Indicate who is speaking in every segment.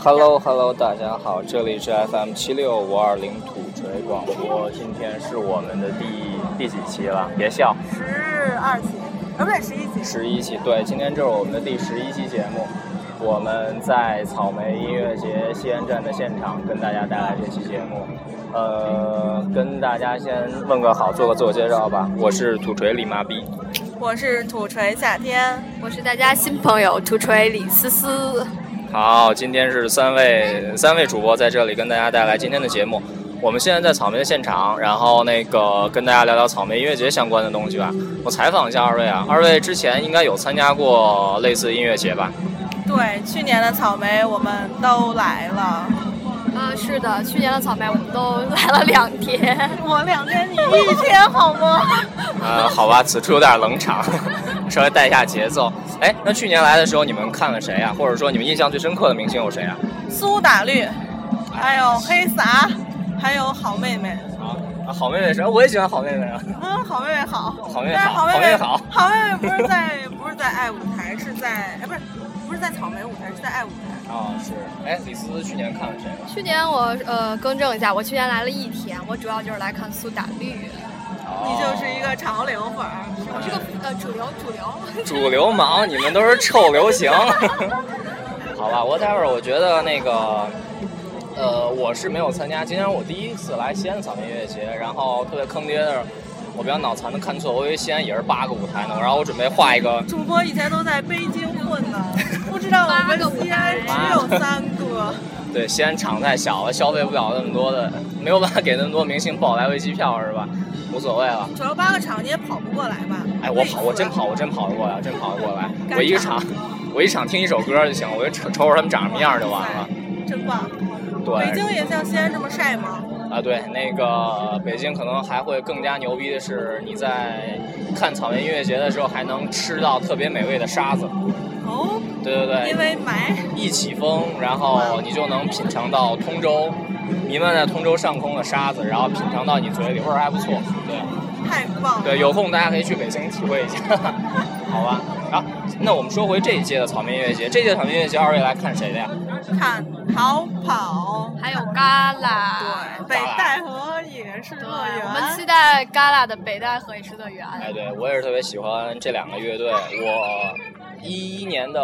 Speaker 1: Hello Hello，大家好，这里是 FM 七六五二零土锤广播，今天是我们的第第几期了？别笑，
Speaker 2: 十二期，呃，不对，十一期。
Speaker 1: 十一期。对，今天这是我们的第十一期节目，我们在草莓音乐节西安站的现场跟大家带来这期节目。呃，跟大家先问个好，做个自我介绍吧。我是土锤李麻逼。
Speaker 2: 我是土锤夏天，
Speaker 3: 我是大家新朋友土锤李思思，
Speaker 1: 好，今天是三位三位主播在这里跟大家带来今天的节目。我们现在在草莓的现场，然后那个跟大家聊聊草莓音乐节相关的东西吧。我采访一下二位啊，二位之前应该有参加过类似音乐节吧？
Speaker 2: 对，去年的草莓我们都来了，
Speaker 3: 啊，是的，去年的草莓我们都来了两天，
Speaker 2: 我两天，你一天好吗？
Speaker 1: 呃，好吧，此处有点冷场，稍微带一下节奏。哎，那去年来的时候你们看了谁啊？或者说你们印象最深刻的明星有谁啊？
Speaker 2: 苏打绿，还有黑撒，还有好妹妹。
Speaker 1: 啊，好妹妹是，我也喜欢好妹妹啊。
Speaker 2: 嗯，好妹妹好，
Speaker 1: 好妹妹好
Speaker 2: 但是好妹
Speaker 1: 好妹妹
Speaker 2: 妹
Speaker 1: 好
Speaker 2: 好妹妹不是在不是在爱舞台，是在哎不是不是在草莓舞台，哦是在爱舞台。
Speaker 1: 啊，是。哎，李思思去年看了谁啊了？
Speaker 3: 去年我呃更正一下，我去年来了一天，我主要就是来看苏打绿，
Speaker 2: 你就是一个潮流粉儿，是
Speaker 1: 哦
Speaker 3: 我
Speaker 2: 不是？
Speaker 3: 是个呃主流主流，
Speaker 1: 主流盲，你们都是臭流行。 好吧，whatever，我觉得那个，呃，我是没有参加，今天我第一次来西安草莓音乐节，然后特别坑爹的是，我比较脑残的看错，我以为西安也是八个舞台呢，然后我准备画一个。
Speaker 2: 主播以前都在北京混呢，不知道我们西安只有三个。
Speaker 1: 对，西安场太小了，消费不了那么多的，没有办法给那么多明星报来回机票是吧？无所谓 了。
Speaker 2: 主要八个场你也跑不过来吧？
Speaker 1: 哎，我跑，我真跑，我真跑得过来，真跑得过来。
Speaker 2: 干
Speaker 1: 我一个
Speaker 2: 仗
Speaker 1: 场，我一场听一首歌就行，我就瞅瞅瞅他们长什么样就完了。
Speaker 2: 真棒！
Speaker 1: 啊对，
Speaker 2: 北京也像西安这么晒吗？
Speaker 1: 啊，对，那个北京可能还会更加牛逼的是，你在看草莓音乐节的时候，还能吃到特别美味的沙子。
Speaker 2: 哦，
Speaker 1: 对对对，
Speaker 2: 因为霾。
Speaker 1: 一起风，然后你就能品尝到通州弥漫在通州上空的沙子，然后品尝到你嘴里，味儿还不错。对
Speaker 2: 太棒了！
Speaker 1: 对，有空大家可以去北京体会一下， 好吧？啊，那我们说回这一届的草莓音乐节，这届草莓音乐节二位来看谁的呀？
Speaker 2: 看逃跑，
Speaker 3: 还有旮旯，
Speaker 2: 对，北戴河也是
Speaker 3: 对，
Speaker 2: 乐
Speaker 3: 我们期
Speaker 2: 园。
Speaker 3: 待旮旯的北戴河也是乐园，
Speaker 1: 哎，对我也是特别喜欢这两个乐队。我一一年的，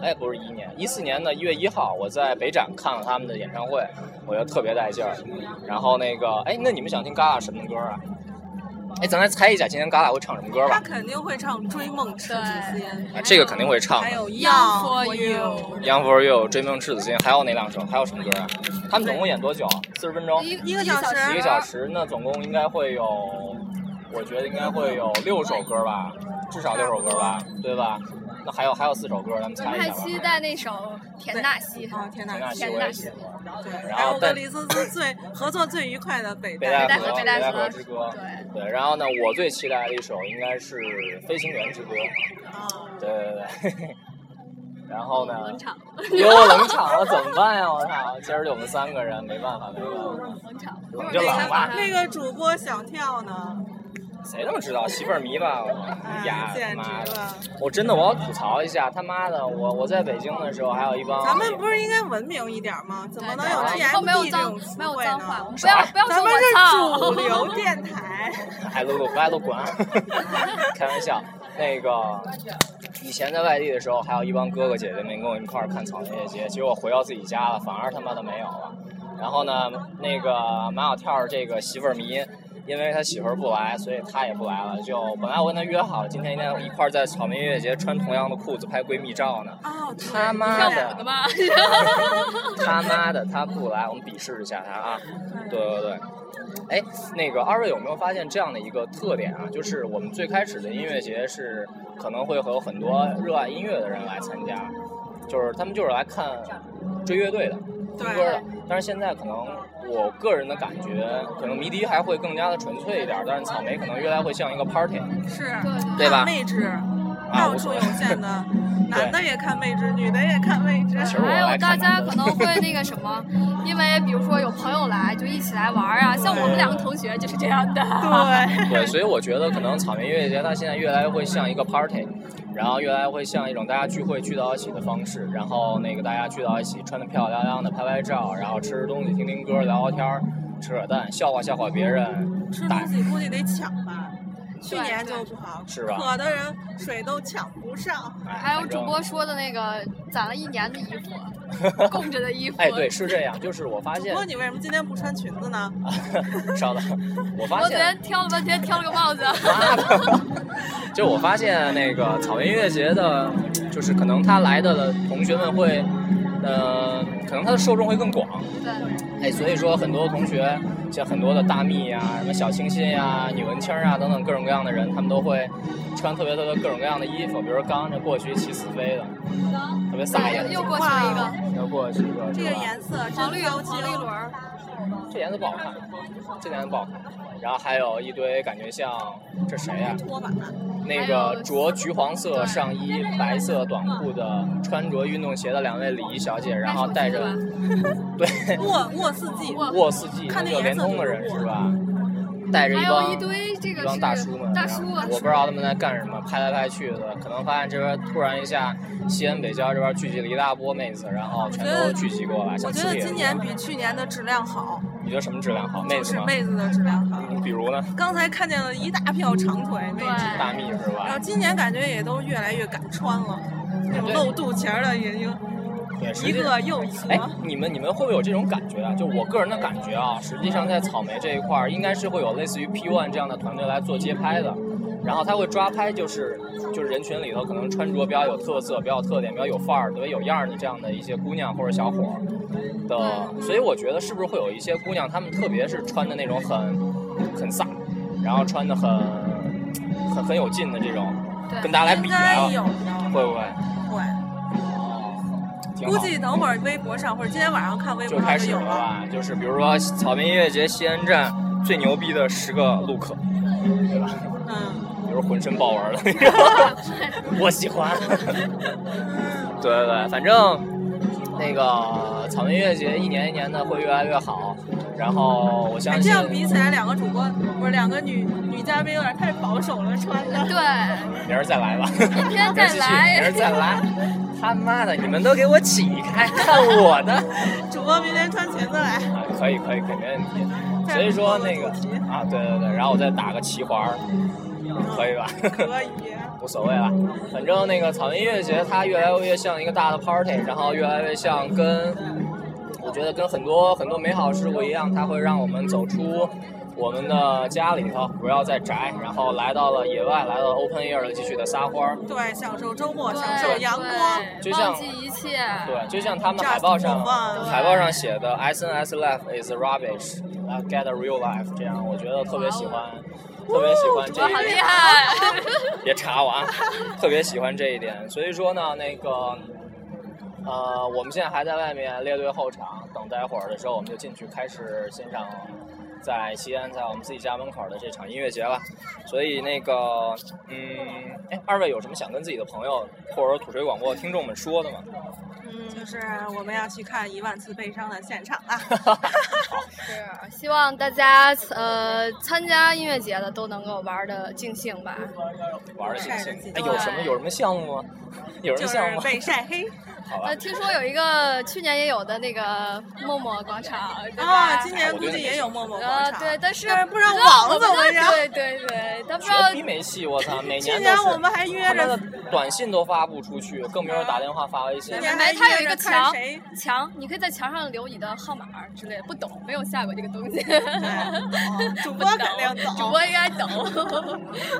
Speaker 1: 哎，不是一年，一四年的一月一号，我在北展看了他们的演唱会，我觉得特别带劲儿。然后那个，哎，那你们想听嘎啦什么歌啊？哎，咱来猜一下今天嘎啦会唱什么歌
Speaker 2: 他
Speaker 1: 吧？
Speaker 2: 肯定会唱《追梦赤子心
Speaker 1: 啊，这个肯定会》，唱
Speaker 2: 还。有《
Speaker 3: Young
Speaker 2: Young
Speaker 3: for
Speaker 2: for
Speaker 3: You
Speaker 2: You》。
Speaker 1: Young for You、追梦赤子心，还有哪两首？还有什么歌啊？他们总共演多久啊？四十分钟，一
Speaker 3: 一
Speaker 2: 一个小时
Speaker 1: 个小时，那总共应该会有，我觉得应该会有六首歌吧，至少六首歌吧，对吧？那还有还有四首歌，咱们
Speaker 3: 我
Speaker 1: 猜
Speaker 3: 们
Speaker 1: 一
Speaker 3: 还
Speaker 1: 下吧。
Speaker 3: 期待那首田纳西，
Speaker 2: 哦，天哪！
Speaker 1: 那
Speaker 3: 天
Speaker 1: 我
Speaker 3: 呐
Speaker 1: 也喜欢。
Speaker 2: 对，
Speaker 1: 然
Speaker 2: 还
Speaker 1: 后
Speaker 2: 有
Speaker 1: 但
Speaker 2: 跟李思思最合作最愉快的北
Speaker 1: 北
Speaker 3: 北
Speaker 1: 戴
Speaker 2: 戴
Speaker 3: 戴
Speaker 1: 河
Speaker 3: 河
Speaker 1: 北
Speaker 3: 戴
Speaker 1: 河
Speaker 3: 河
Speaker 1: 之歌
Speaker 3: 对，
Speaker 1: 对，然后呢，我最期待的一首应该是《飞行员之歌》。
Speaker 2: 啊，
Speaker 1: 对对对对。然后呢？
Speaker 3: 冷场，
Speaker 1: 又冷场了，怎么办呀？我操！今儿就我们三个人，没办法，没办法。
Speaker 3: 冷场，
Speaker 1: 冷就冷吧
Speaker 2: 那个主播想跳呢，
Speaker 1: 谁他妈知道媳妇儿迷吧？我呀
Speaker 2: 哎，，简
Speaker 1: 妈
Speaker 2: 直
Speaker 1: 的！
Speaker 2: 了！
Speaker 1: 我真的我要吐槽一下，他妈的，我我在北京的时候还有一帮
Speaker 2: 咱们不是应该文明一点吗？怎么能有 T
Speaker 3: 对以后
Speaker 2: M
Speaker 3: 没有
Speaker 2: D 这
Speaker 3: 脏
Speaker 2: 种词
Speaker 3: 没有
Speaker 2: 汇
Speaker 3: 脏话，我
Speaker 2: 呢？
Speaker 3: 们不要不要
Speaker 2: 咱
Speaker 3: 说
Speaker 2: 们
Speaker 3: 我
Speaker 2: 是
Speaker 3: 操
Speaker 2: 主，流电台，
Speaker 1: 哎，露露，不爱露滚！开玩笑，那个以前在外地的时候，还有一帮哥哥姐姐们跟我一块儿看草莓音乐节，结果回到自己家了，反而他妈的没有了。然后呢，那个马小跳这个媳妇儿迷，因为他媳妇儿不来，所以他也不来了。就本来我跟他约好，今天一定要一块儿在草莓音乐节穿同样的裤子拍闺蜜照呢。
Speaker 2: 哦，对
Speaker 1: 他妈
Speaker 3: 跳
Speaker 1: 的
Speaker 3: 舞 的吗？
Speaker 1: 他妈的，他不来，我们鄙视一下他啊！对对对。哎，那个二位有没有发现这样的一个特点啊？就是我们最开始的音乐节是可能会有很多热爱音乐的人来参加，就是他们就是来看追乐队的、听歌的
Speaker 2: 对。
Speaker 1: 但是现在可能我个人的感觉，可能迷笛还会更加的纯粹一点，但是草莓可能越来会像一个 party
Speaker 2: 是
Speaker 1: 对吧
Speaker 2: 看妹纸，
Speaker 1: 啊，
Speaker 2: 到
Speaker 1: 无
Speaker 2: 处
Speaker 1: 所
Speaker 2: 有
Speaker 1: 谓。
Speaker 2: 限 的，男的也看妹纸，女的也看妹纸。
Speaker 1: 其实我
Speaker 3: 还有
Speaker 1: 爱
Speaker 3: 大
Speaker 1: 看
Speaker 3: 家
Speaker 1: 男的
Speaker 3: 可能会那个什么，因为比如说有朋友来，就一起来玩儿啊。像我们两个同学就是这样的。
Speaker 2: 对，
Speaker 1: 对，所以我觉得可能草莓音乐节它现在越来越会像一个 party，然后越来会像一种大家聚会聚到一起的方式，然后那个大家聚到一起，穿的漂漂亮亮的，拍拍照，然后吃吃东西，听听歌，聊聊天儿，扯扯淡，笑话笑话别人，
Speaker 2: 吃
Speaker 1: 打
Speaker 2: 东西估计得抢吧。去
Speaker 3: 对
Speaker 2: 年
Speaker 3: 对
Speaker 2: 就不好，
Speaker 1: 是吧
Speaker 2: 渴的人水都抢不上。
Speaker 1: 哎
Speaker 3: 还有
Speaker 1: 反
Speaker 3: 主
Speaker 1: 正
Speaker 3: 播说的那个攒了一年的衣服，供着的衣服。
Speaker 1: 哎，对，是这样，就是我发
Speaker 2: 主
Speaker 1: 现
Speaker 2: 播，你为什么今天不穿裙子呢？
Speaker 1: 啊 稍等，我发
Speaker 3: 我昨
Speaker 1: 现
Speaker 3: 天，挑了半天，挑了个 帽子。
Speaker 1: 妈的， 就我发现那个草莓音乐节的，就是可能他来的同学们会，呃，可能他的受众会更广，
Speaker 3: 对，
Speaker 1: 哎，所以说很多同学，像很多的大蜜呀、什么小清新呀、女文青啊等等各种各样的人，他们都会穿特别多的各种各样的衣服，比如说刚刚这过去起死飞的，特别飒眼
Speaker 3: 对，
Speaker 1: 睛
Speaker 3: 又又过去了一个
Speaker 1: 要过去一个，
Speaker 2: 这个
Speaker 1: 是吧
Speaker 2: 颜色真哦
Speaker 3: 黄绿
Speaker 2: 糟
Speaker 3: 黄
Speaker 2: 心。
Speaker 3: 绿轮儿，
Speaker 1: 这颜色不好看，这颜色不好看。然后还有一堆感觉像这谁呀、
Speaker 2: 拖把，
Speaker 1: 那
Speaker 3: 还
Speaker 1: 个
Speaker 3: 有
Speaker 1: 着橘黄色上衣、白色短裤的、穿着运动鞋的两位礼仪小姐，然后带着
Speaker 3: 卖手
Speaker 1: 对
Speaker 2: 卧卧四季，
Speaker 3: 哇
Speaker 1: 沃四季
Speaker 2: 看
Speaker 1: 那
Speaker 2: 那
Speaker 1: 个联
Speaker 2: 颜色
Speaker 1: 通的
Speaker 2: 就
Speaker 1: 人
Speaker 2: 是
Speaker 1: 是吧？带着
Speaker 3: 还
Speaker 1: 帮
Speaker 3: 有一堆这个
Speaker 1: 一
Speaker 3: 是
Speaker 1: 帮大叔们，
Speaker 3: 大
Speaker 1: 然
Speaker 3: 叔
Speaker 1: 后
Speaker 3: 啊
Speaker 1: 我不知道他们在干什么，拍来拍去的，可能发现这边突然一下，西安北郊这边聚集了一大波妹子，然后全都聚集过来。
Speaker 2: 我
Speaker 1: 像
Speaker 2: 觉
Speaker 1: 磁
Speaker 2: 得
Speaker 1: 铁
Speaker 2: 今年比去年的质量好，
Speaker 1: 你觉得什么质量好？妹
Speaker 2: 就
Speaker 1: 子
Speaker 2: 是
Speaker 1: 吗？
Speaker 2: 妹子的质量好。
Speaker 1: 比如呢，
Speaker 2: 刚才看见了一大票长腿妹子，
Speaker 3: 对
Speaker 1: 大蜜是
Speaker 2: 然后
Speaker 1: 吧？
Speaker 2: 今年感觉也都越来越敢穿了，那种
Speaker 1: 对
Speaker 2: 露肚脐儿的也有
Speaker 1: 对，实
Speaker 2: 一
Speaker 1: 际
Speaker 2: 个又一
Speaker 1: 哎
Speaker 2: 个。，
Speaker 1: 你们你们会不会有这种感觉啊？就我个人的感觉啊，实际上在草莓这一块儿，应该是会有类似于 P One 这样的团队来做街拍的，然后他会抓拍，就是就是人群里头可能穿着比较有特色、比较有特点、比较有范儿、特别有样儿的这样的一些姑娘或者小伙儿的，
Speaker 2: 嗯
Speaker 1: 所以我觉得是不是会有一些姑娘，她们特别是穿的那种很很飒，然后穿的很很很有劲的这种，跟
Speaker 3: 对，
Speaker 1: 大家来
Speaker 2: 应
Speaker 1: 比
Speaker 2: 该
Speaker 1: 啊，
Speaker 2: 有的，
Speaker 1: 会不会？
Speaker 2: 会。
Speaker 1: 挺
Speaker 2: 估
Speaker 1: 好。
Speaker 2: 计等会儿微博上或者今天晚上看微
Speaker 1: 就
Speaker 2: 博
Speaker 1: 开
Speaker 2: 上
Speaker 1: 始
Speaker 2: 有
Speaker 1: 了。啊吧？就是比如说草莓音乐节西安站最牛逼的十个 look，
Speaker 2: 嗯，
Speaker 1: 比如浑身豹纹的那种，我喜欢。对对对，反正那个草莓音乐节一年一年的会越来越好，然后我
Speaker 2: 哎，
Speaker 1: 相
Speaker 2: 这
Speaker 1: 信
Speaker 2: 样比起来，两个主播不是两个女女嘉宾有点太保守了，穿的。
Speaker 3: 对，
Speaker 1: 明儿再来吧，
Speaker 3: 明儿再
Speaker 1: 明儿
Speaker 3: 来
Speaker 1: 继续明儿再来。他妈的，你们都给我起开，看我的！
Speaker 2: 主播明天穿裙子来。
Speaker 1: 啊，可以可以可以，没问题。所以说那个啊，对对对，然后我再打个齐环儿，可以吧？
Speaker 2: 可以。
Speaker 1: 无所谓了，反正那个草莓音乐节它越来越像一个大的 party，然后越来越像跟，我觉得跟很多很多美好事物一样，它会让我们走出我们的家里头，不要再宅，然后来到了野外，来到了 open air 的继续的撒欢儿。
Speaker 2: 对，享受周末，
Speaker 3: 对
Speaker 2: 享受阳光。
Speaker 1: 就
Speaker 3: 对忘
Speaker 1: 像
Speaker 3: 记一切。
Speaker 1: 对，就像他们海报
Speaker 2: Just
Speaker 1: 上
Speaker 2: for fun
Speaker 1: 海报上写的 “S N S life is rubbish, get a real life”，这样我觉得特别喜欢，特别喜欢这
Speaker 3: 我
Speaker 1: 一
Speaker 3: 好
Speaker 1: 点
Speaker 3: 厉害！啊
Speaker 1: 别查我啊，特别喜欢这一点。所以说呢，那个，呃，我们现在还在外面列队候场，等待会儿的时候我们就进去开始欣赏在西安，在我们自己家门口的这场音乐节了。所以那个，嗯，哎，二位有什么想跟自己的朋友或者说土水广播的听众们说的吗？
Speaker 2: 嗯，就是我们要去看《一万次悲伤》的现场了。
Speaker 3: 是，希望大家呃参加音乐节的都能够玩的尽兴吧。
Speaker 1: 玩的尽
Speaker 2: 晒得
Speaker 1: 兴
Speaker 2: 尽，
Speaker 1: 哎，
Speaker 2: 兴
Speaker 1: 有什么有什么项目吗？ 有什
Speaker 2: 就
Speaker 1: 么
Speaker 2: 是
Speaker 1: 项目吗？
Speaker 2: 被晒 黑
Speaker 1: 好吧
Speaker 3: 呃，，听说有一个去年也有的那个陌陌广场，对吧？
Speaker 2: 啊！今年估计也有陌陌广
Speaker 3: 呃，
Speaker 2: 场。
Speaker 3: 对，但是
Speaker 2: 但是不知道网怎么样
Speaker 3: 对对对，但不知道
Speaker 1: 绝逼没戏！我操，每
Speaker 2: 去
Speaker 1: 年
Speaker 2: 年
Speaker 1: 都是
Speaker 2: 我们还约
Speaker 1: 他妈
Speaker 2: 着
Speaker 1: 的，短信都发不出去，更别说打电话发微信
Speaker 2: 去
Speaker 1: 了。
Speaker 2: 年还
Speaker 3: 没，它有
Speaker 2: 约
Speaker 3: 一
Speaker 2: 着
Speaker 3: 个
Speaker 2: 看
Speaker 3: 墙
Speaker 2: 谁。
Speaker 3: 墙，你可以在墙上留你的号码儿之类的。不懂，没有下过这个东 西。
Speaker 2: 对主播
Speaker 3: 不
Speaker 2: 肯定
Speaker 3: 懂
Speaker 2: 懂，
Speaker 3: 主播应该懂，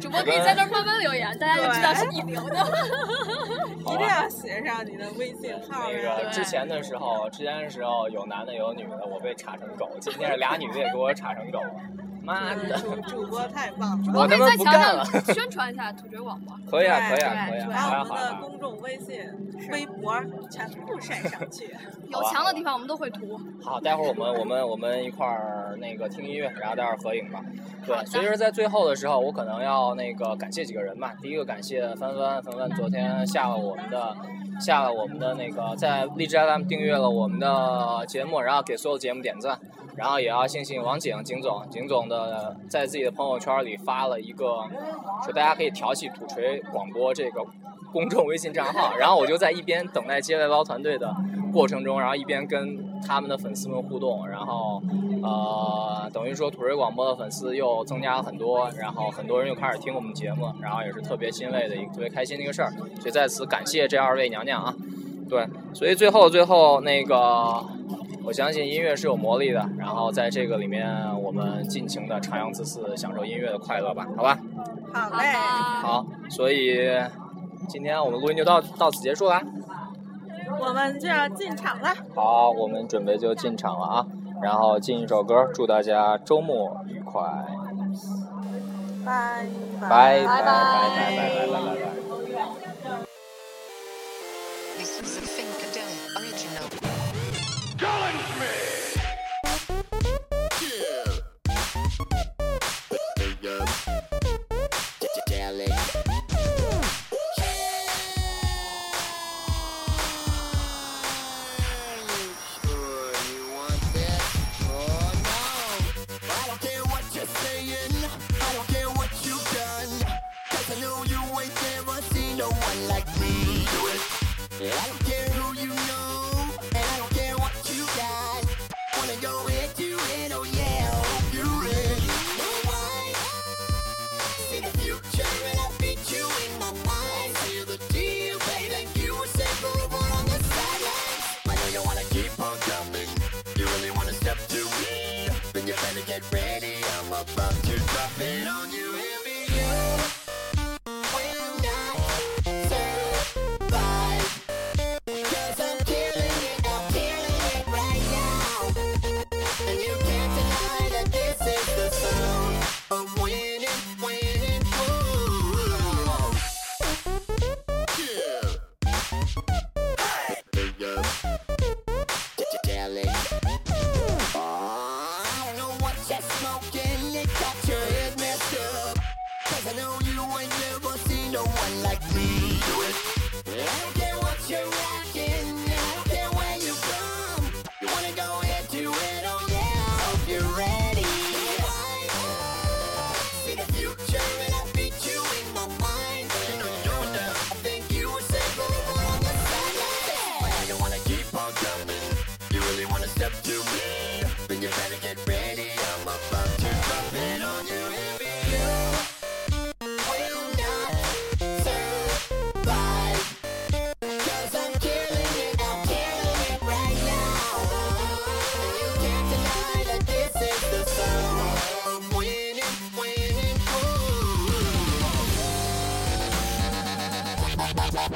Speaker 3: 主播可以在那儿慢慢留言，大家就知道是你留
Speaker 1: 哦
Speaker 3: 的。
Speaker 1: 好
Speaker 2: 一 定
Speaker 1: 吧。
Speaker 2: 要写上你的微信号啊
Speaker 1: 那
Speaker 2: 呀。
Speaker 1: 个之前的时候，之前的时候有男的有女的，我被查成狗。今天是俩女的也给我查成狗了，妈的！
Speaker 2: 主啊主播太棒了。
Speaker 1: 我
Speaker 3: 可
Speaker 1: 他妈
Speaker 3: 以在
Speaker 1: 不
Speaker 3: 墙
Speaker 1: 干了。
Speaker 3: 上宣传一下土锤广播。
Speaker 1: 可以啊，可以啊，可以
Speaker 3: 对
Speaker 1: 啊，好
Speaker 2: 把
Speaker 1: 呀，
Speaker 2: 我
Speaker 1: 好
Speaker 2: 们的
Speaker 1: 呀。
Speaker 2: 公众微信、微博全部晒上去。
Speaker 3: 有
Speaker 1: 啊
Speaker 3: 墙的地方我们都会涂。
Speaker 1: 好，待会儿我们我们我们一块儿那个听音乐，然后待会儿合影吧。
Speaker 3: 好
Speaker 1: 对，
Speaker 3: 的
Speaker 1: 所以说在最后的时候，我可能要那个感谢几个人吧。第一个感谢帆帆，帆帆昨天下了我们的下了我们的那个在荔枝 FM 订阅了我们的节目，然后给所有节目点赞，然后也要谢谢王景景总，景总的在自己的朋友圈里发了一个，说大家可以调戏土锤广播这个公众微信账号，然后我就在一边等待接外包团队的过程中，然后一边跟他们的粉丝们互动，然后呃，等于说土锤广播的粉丝又增加了很多，然后很多人又开始听我们节目，然后也是特别欣慰的一个特别开心的一个事儿，所以在此感谢这二位娘娘啊，对，所以最后最后那个。我相信音乐是有魔力的，然后在这个里面，我们尽情的徜徉自肆，享受音乐的快乐吧，好吧？
Speaker 2: 好
Speaker 3: 好
Speaker 2: 嘞，
Speaker 3: 的，
Speaker 1: 哎好，所以今天我们录音就到到此结束啦。
Speaker 2: 我们就要进场了，
Speaker 1: 好，我们准备就进场了啊，然后进一首歌，祝大家周末愉快，
Speaker 2: 拜
Speaker 1: 拜拜
Speaker 3: 拜
Speaker 1: 拜拜拜拜拜拜。
Speaker 4: Funkadelic original.
Speaker 5: I don't care who you know, and I don't care what you got. Wanna go into it, oh yeah, I hope you're ready. No way. See the future and I beat you in my mind. Seal the deal, baby. You were sent for a war on the sidelines. I know you wanna keep on coming. You really wanna step to me. Then you better get ready. I'm about to drop it on you and be you. Will not survive. Cause I'm killing it, I'm killing it right now. And you can't deny that this is the sound of winning, winning. Ooh. Yeah. Hey. Jelly. I don't know what you're smoking, it got your head messed up. Cause I know you ain't never seen no one like me do it. I don't care what you're rocking, I don't care where you from. You wanna go into it, oh yeah, hope you're ready. See the future and I beat you in my mind. I think you were safe but you were on the sideline. Why you wanna keep on coming? You really wanna step to me? Then you better get ready, I'm about to drop it on you and be you. Will not survive. Cause I'm killing it, I'm killing it right now. And you can't deny that this is the sound of winning, winning.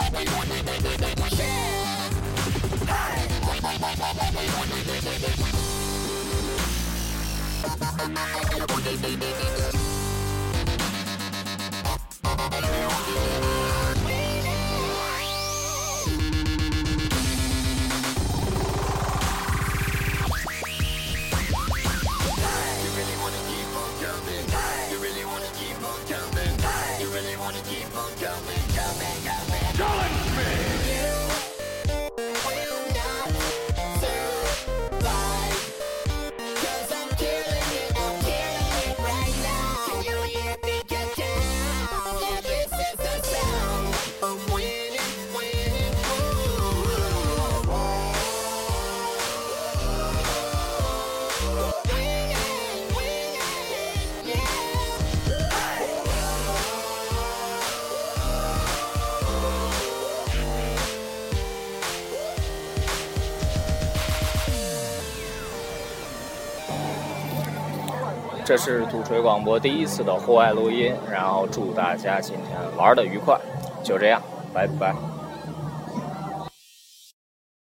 Speaker 5: Ooh. Yeah. You really wanna keep on coming. You really wanna keep on coming. You really wanna keep on coming, coming, coming. Challenge me. You will not survive. 'Cause I'm killing it, I'm killing it right now. Can you hear me? Get down. Yeah, this is the sound of winning, winning. Winning, winning, yeah.
Speaker 1: 这是土锤广播第一次的户外录音，然后祝大家今天玩的愉快，就这样，拜拜。